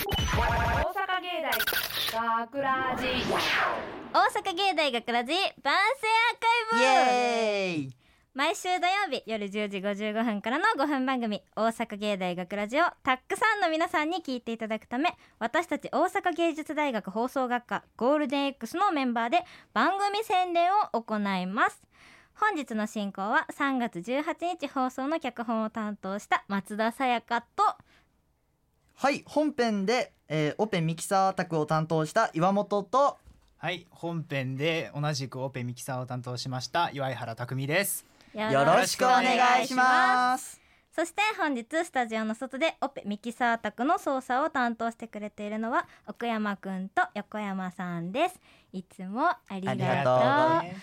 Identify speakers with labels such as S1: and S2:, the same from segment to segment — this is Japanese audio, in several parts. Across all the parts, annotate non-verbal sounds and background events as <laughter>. S1: 大阪芸大学ラジ
S2: 大阪芸大学ラジ番
S3: イ
S2: 宣アーカイブ
S3: エーイ
S2: 毎週土曜日夜10時55分からの5分番組「大阪芸大学ラジオ」たくさんの皆さんに聞いていただくため私たち大阪芸術大学放送学科ゴールデン X のメンバーで番組宣伝を行います本日の進行は3月18日放送の脚本を担当した松田さやかと
S3: はい本編で、えー、オペミキサー宅を担当した岩本と
S4: はい、本編で同じくオペミキサーを担当しました岩井原拓実です。
S3: よろしくお願いします
S2: そして本日スタジオの外でオペミキサー宅の操作を担当してくれているのは奥山くんと横山さんですいつもありがとう
S3: ありがとう
S2: は
S3: ね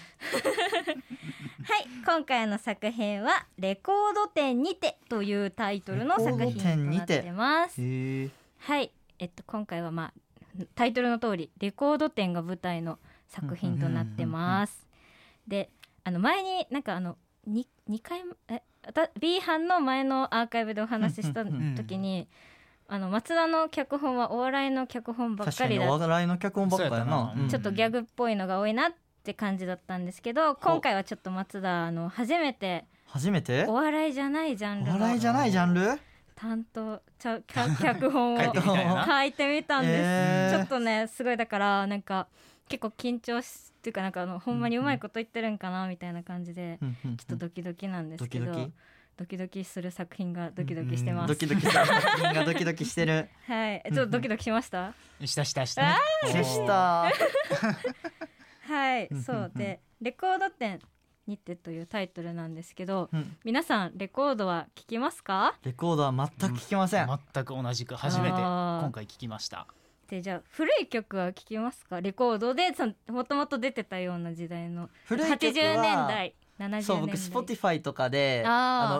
S2: い今回の作品はレコード店にてというタイトルの作
S3: レコード
S2: 品
S3: 店
S2: と
S3: に
S2: なっててます
S4: へえ。
S2: はいえっと今回はまあタイトルの通りレコード店が舞台の作品となってますであの前になんかあの 2, 二回えあた B 班の前のアーカイブでお話しした
S3: うんうん
S4: うん
S2: 時にあの松田の脚本はお笑いの脚本ばっ
S3: 確
S2: か
S3: か
S2: り
S3: に
S2: だ
S3: お笑いの脚本ばっかやな
S4: そうやったな
S3: うん
S2: ちょっとギャグっぽいのが多いなって感じだったんですけど今回はちょっと松田あの初めて
S3: 初めて
S2: お笑いじゃないジャン
S3: お
S2: ル
S3: 笑い
S2: の
S3: じゃないジャンル
S2: 担当ちゃか脚本を
S4: 書いてみたい
S2: <laughs>
S4: な。
S2: 書いてみたんです。
S3: え
S2: ちょ
S3: ー
S2: っとねすごいだからなんか結構緊張しっていうかなんかあのほんまにうまいこと言ってるんかなみたいな感じで
S3: うんうん
S2: ちょっとドキドキなんですけど、
S3: ドキドキ
S2: ドキドキする作品がドキドキしてます、
S3: ドキドキする作品がドキドキし
S2: <laughs>
S3: てる
S2: はいえちょっとドキドキしました
S4: したしたした。
S3: でした
S2: はい
S3: うん
S2: そうで「レコード店にて」というタイトルなんですけど
S3: うん
S2: 皆さんレコードは聞きますか
S3: レコードは全く聞きません
S4: 全く同じく初めて
S2: あー
S4: 今回聞きました。
S2: でじゃあ古い曲は聞きますかレコードでそのもともと出てたような時代の
S3: 古い曲は
S2: 80年代70年代
S3: そう僕 Spotify とかであ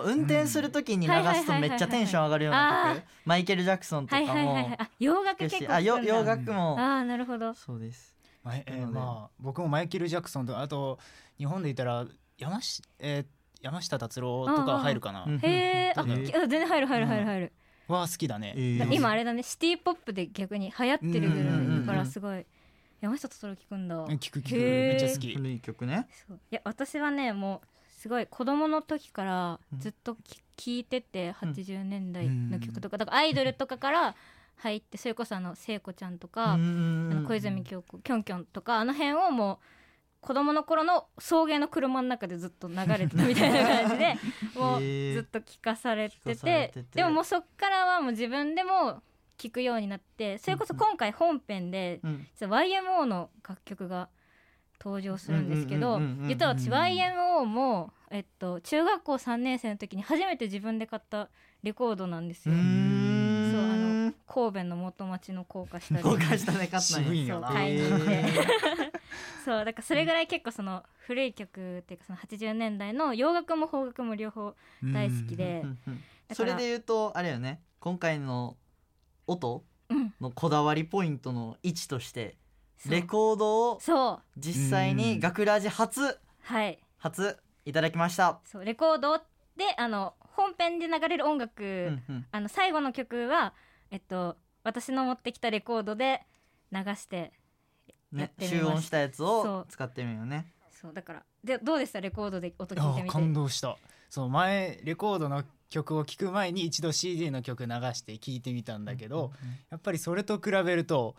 S2: あー
S3: の運転するときに流すとめっちゃテンション上がるよう
S2: うんはいはい
S3: な
S2: はいはい
S3: 曲マイケル・ジャクソンとか
S2: はいはいはいはい
S3: も
S2: あ洋楽
S3: 聞く
S2: 結
S3: し
S2: 構
S3: あよ
S2: 聞くんだ
S3: 洋楽も
S2: ああなるほど
S3: そうです
S4: まえ
S3: な
S4: ー
S3: ので
S4: まあ僕もマイケルジャクソンとあと日本で言ったら山下えー山下達郎とか入るかな
S3: う。ん
S2: へえあ
S4: うん
S2: きあ全然入る入る入る入る、
S4: は好きだね。
S3: うん
S2: だ今あれだねシティポップで逆に流行ってるぐらいだからすごい、山下達郎聞くんだ、
S4: 聞く聞く
S2: へー
S4: めっちゃ好き。
S3: 古い曲ね
S2: そういや私はねもうすごい子供の時から
S3: うん
S2: ずっとき、聞いてて80年代の曲とか、
S4: う
S2: だからアイドルとかから入ってそれこそあの聖子ちゃんとか、あの小泉今
S3: 京
S2: 日子キョンキョンとかあの辺をもう子供の頃の送迎の車の中でずっと流れてたみたいな感じでもうずっと聞かされて
S3: 聞かさ
S2: て
S3: れてて
S2: でももうそっからはもう自分でも聞くようになってそれこそ今回本編で
S3: うん
S2: 実は YMO の楽曲が登場するんですけ
S3: う
S2: ど
S3: んうんうんうんうん
S2: 実は私 YMO も、えっと、中学校3年生の時に初めて自分で買ったレコードなんです
S3: うー
S2: よ。
S3: ん
S2: そうあの神戸の元町の高架下で
S3: 公開したね勝った
S2: <laughs>
S3: んや
S4: 渋い
S2: そ
S4: よ
S2: う
S4: な。
S2: 買いに行って、
S3: へ
S2: そうだからそれぐらい結構その古い曲っていうかその80年代の洋楽も邦楽も両方大好きで
S3: うんうん
S2: ら
S3: それで言うとあれよね今回の音
S2: うん
S3: のこだわりポイントの位置として
S2: そう
S3: レコードを
S2: そう
S3: 実際に学ラジ初
S2: はい
S3: 初いただきました
S2: そうレコードであの本編で流れる音楽、
S3: うんうん
S2: あの最後の曲はえっと私の持ってきたレコードで流してやっ
S3: ね
S2: てみました
S3: 集音したやつ
S2: そ
S3: を
S2: う
S3: 使ってみるよね
S2: そうだからでどうでしたレコードで音聞い
S4: あ
S2: て
S4: ー
S2: みて
S4: 感動したそう前レコードの曲を聴く前に一度 CD の曲流して聴いてみたんだけど、やっぱりそれと比べると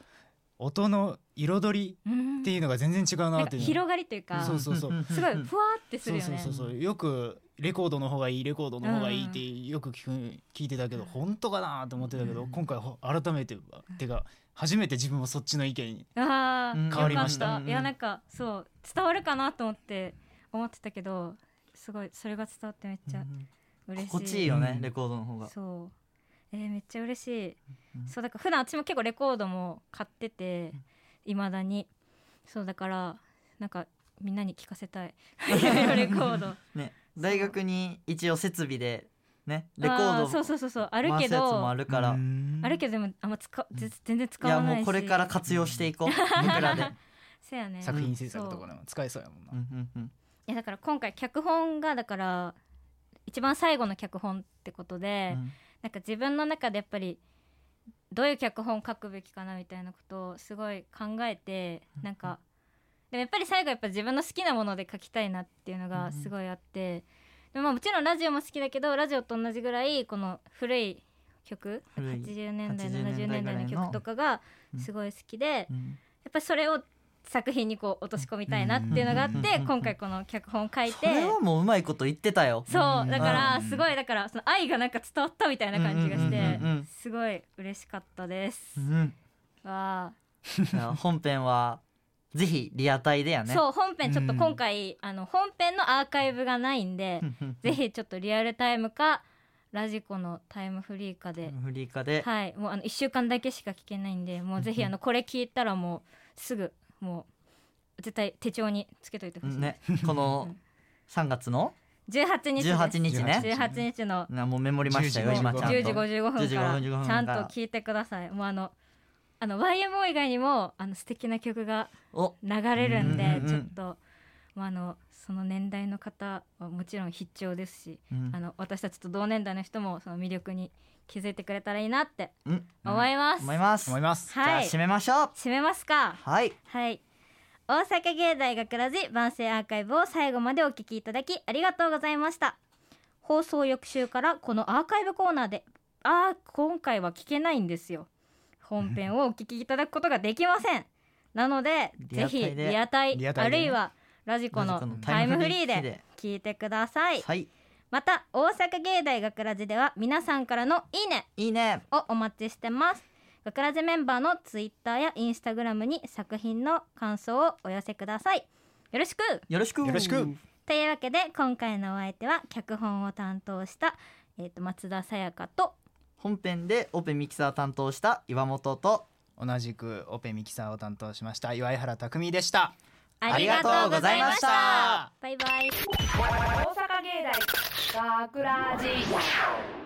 S4: 音の彩り
S2: うん
S4: っていうのが全然違う
S2: な
S4: なんっ
S2: か
S4: ていうの
S2: 広がりというか
S4: そうそうそう
S2: すごいふわってす
S4: そ
S2: る
S4: う
S2: よ
S4: そう
S2: ね
S4: そうそうよくレコードの方がいいレコードの方がいいってよく聞く、聞いてたけど本当かなと思ってたけど、
S3: うん
S4: 今回ほ改めててか初めて自分もそっちの意見に
S2: ああ、
S3: うん
S4: 変わりました
S2: よかっ
S3: うん
S2: いやなんかそう伝わるかなと思って思ってたけどすごいそれが伝わってめっちゃ嬉しい、
S3: 心地いいよね
S4: うん
S3: レコードの方が
S2: そうえーめっちゃ嬉しい、
S3: うん
S2: そうだから普段私も結構レコードも買ってて
S3: うん
S2: いまだにそうだからなんかみんなに聞かせたい
S3: <laughs>
S2: <laughs> レコード
S3: ね大学に一応設備でねレコ
S2: あ
S3: ード
S2: そう
S3: を
S2: そうそうそうある
S3: 回
S2: け
S3: すやつも
S2: ど
S3: あ
S2: ある
S3: るからい
S2: けどでもあんま使うぜ全然使
S3: や
S2: わないし
S3: もうこれから活用し
S2: <laughs>
S3: ていこう僕らで
S2: せやね
S4: 作品制作とかでも使えそうやもんな、
S3: うんうんうん
S2: いやだから今回脚本がだから一番最後の脚本ってことで、
S3: うん
S2: なんか自分の中でやっぱりどういう脚本書くべきかなみたいなことをすごい考えてなんかでもやっぱり最後やっぱ自分の好きなもので書きたいなっていうのがすごいあってでもまあもちろんラジオも好きだけどラジオと同じぐらいこの古い曲
S3: 古い
S2: 80年代
S3: 80
S2: 70年代の曲とかがすごい好きで
S3: うん
S2: やっぱりそれを作品にこう落とし込みたいなっていうのがあっ
S3: うん
S2: て今回この脚本を書い
S3: そ
S2: て
S3: れはもううまいこと言ってたよ
S2: そう
S4: うん
S2: だから
S4: うん
S2: すごいだからその愛がなんか伝わったみたいな感じがし
S3: うんうん
S2: て
S3: うんうん
S2: すごい嬉しかったです
S3: う。ん
S2: わあ
S3: いや本編はぜひリアタイでやね
S2: そう本編ちょっと
S4: うん
S2: 今回、あの本編のアーカイブがないんで、ぜひちょっとリアルタイムかラジコのタイムフリーかで、
S3: アフリカで、
S2: はいもうあの1週間だけしか聞けないんでもうぜひあのこれ聞いたらもうすぐもう絶対手帳につけといてほしい、
S3: ね、この3月の
S2: 18日です
S3: 18日ね
S2: 18日の
S3: なもうメモりましたよ
S4: 10時
S3: 今ちゃんと
S2: 10時55分か
S3: 10時
S2: ら
S3: 55分
S2: ち
S3: か
S2: ゃ
S3: ら
S2: んと聞いてくださいもうあのあの YMO 以外にもあの素敵な曲が
S3: お
S2: 流れるんで、
S3: うんうんうん
S2: ちょっと、まあ、あのその年代の方はもちろん必聴ですし、
S3: うん
S2: あの私たちと同年代の人もその魅力に気づいてくれたらいいなって
S3: うん
S2: 思います。
S3: 思います
S4: 思います。
S3: じゃあ
S2: はい、
S3: 締めましょう
S2: 締めますか。
S3: はい
S2: はい。大阪芸大学ラジ万世アーカイブを最後までお聞きいただきありがとうございました。放送翌週からこのアーカイブコーナーで、ああ、今回は聞けないんですよ。本編をお聞きいただくことができません。なので、
S3: リ
S2: ぜ
S3: アタイ
S2: ひ
S3: で
S2: リアタイ、
S4: リアタ
S2: あ
S4: イで
S2: る
S4: ね
S2: いはラジコ
S3: ラジコ
S2: の
S3: の
S2: タ
S3: タ
S2: イ
S3: イ
S2: ム
S3: ム
S2: フ
S3: フ
S2: リ
S3: リ
S2: ーで
S3: ーで
S2: 聞いてください。
S3: はい
S2: また、大阪芸大学ラジでは皆さんからのいいね、
S3: いいね
S2: をお待ちしてます学ラジメンバーのツイッターやインスタグラムに作品の感想をお寄せくださいよろしく
S3: よろしく
S4: よろしく
S2: というわけで今回のお相手は脚本を担当した、えー、と松田さやかと
S3: 本編でオペミキサー担当した岩本と
S4: 同じくオペミキサーを担当しました岩井原拓海でした。
S3: ありがとうございました
S2: ありがとうございましたバイバ
S1: 大
S2: イ
S1: 阪芸大学ラジ